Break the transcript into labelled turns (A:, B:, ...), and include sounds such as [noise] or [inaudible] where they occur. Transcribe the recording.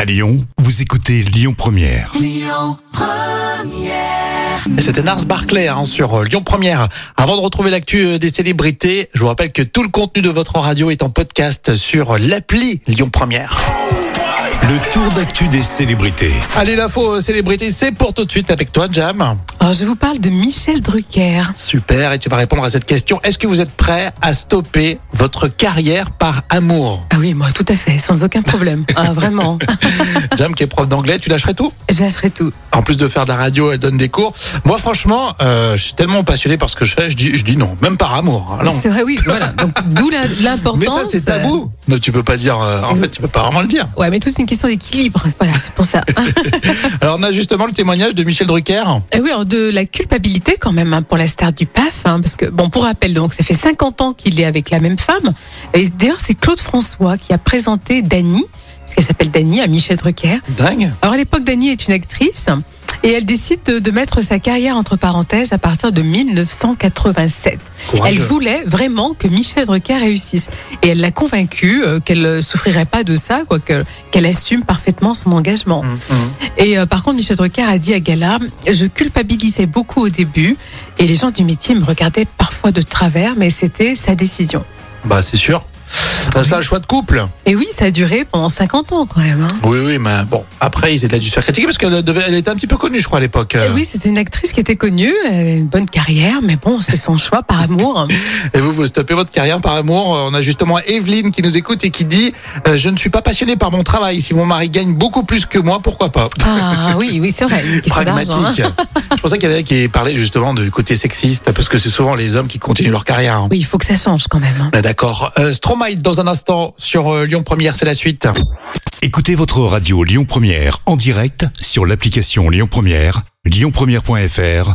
A: À Lyon, vous écoutez Lyon Première.
B: Et C'était Nars Barclay hein, sur euh, Lyon Première. Avant de retrouver l'actu euh, des célébrités, je vous rappelle que tout le contenu de votre radio est en podcast sur l'appli Lyon Première.
A: Le tour d'actu des célébrités.
B: Allez, l'info euh, célébrité, c'est pour tout de suite avec toi, Jam.
C: Alors, je vous parle de Michel Drucker.
B: Super, et tu vas répondre à cette question. Est-ce que vous êtes prêt à stopper votre carrière par amour
C: Ah oui, moi, tout à fait, sans aucun
B: [laughs]
C: problème. Ah, vraiment.
B: Jam, qui est prof d'anglais, tu lâcherais tout
C: J'achèterai tout.
B: En plus de faire de la radio, elle donne des cours. Moi, franchement, euh, je suis tellement passionné par ce que je fais, je dis, je dis non, même par amour. hein, Non.
C: C'est vrai, oui, voilà. Donc, d'où la- l'importance.
B: Mais ça, c'est tabou. Non, tu peux pas dire. euh, en
C: Euh,
B: fait, tu peux pas vraiment le dire.
C: euh, Ouais, mais tout, c'est une question d'équilibre. Voilà, c'est
B: [laughs]
C: pour ça.
B: Alors, on a justement le témoignage de Michel Drucker.
C: Et Eh oui, alors, de la culpabilité, quand même, hein, pour la star du PAF. hein, parce que, bon, pour rappel, donc, ça fait 50 ans qu'il est avec la même femme. Et d'ailleurs, c'est Claude François qui a présenté Dany, puisqu'elle s'appelle Dany, à Michel Drucker.
B: Dingue.
C: Alors à l'époque, Dany est une actrice et elle décide de, de mettre sa carrière entre parenthèses à partir de 1987.
B: Courageux.
C: Elle voulait vraiment que Michel Drucker réussisse et elle l'a convaincu euh, qu'elle euh, souffrirait pas de ça, quoi, que- qu'elle assume parfaitement son engagement.
B: Mm, mm.
C: Et euh, par contre, Michel Drucker a dit à Gala, je culpabilisais beaucoup au début et les gens du métier me regardaient parfois de travers, mais c'était sa décision.
B: Bah, c'est sûr. Ça, C'est un choix de couple.
C: Et oui, ça a duré pendant 50 ans quand même. hein.
B: Oui, oui, mais bon. Après, ils étaient dû se faire critiquer parce qu'elle devait- elle était un petit peu connue, je crois, à l'époque.
C: Eh Oui, c'était une actrice qui était connue, elle avait une bonne carrière, mais bon, c'est son choix par amour. hein.
B: Et vous, vous stoppez votre carrière par amour. Euh, On a justement Evelyne qui nous écoute et qui dit euh, Je ne suis pas passionnée par mon travail. Si mon mari gagne beaucoup plus que moi, pourquoi pas
C: Ah oui, oui, c'est vrai, une question d'argent. hein.
B: Pragmatique. Je pensais qu'il y en a qui parlait justement du côté sexiste parce que c'est souvent les hommes qui continuent leur carrière. hein.
C: Oui, il faut que ça change quand même. hein.
B: Ah, D'accord. Euh, Stromae dans un instant sur euh, Lyon Première, c'est la suite.
A: Écoutez votre radio Lyon Première en direct sur l'application Lyon Première, lyonpremière.fr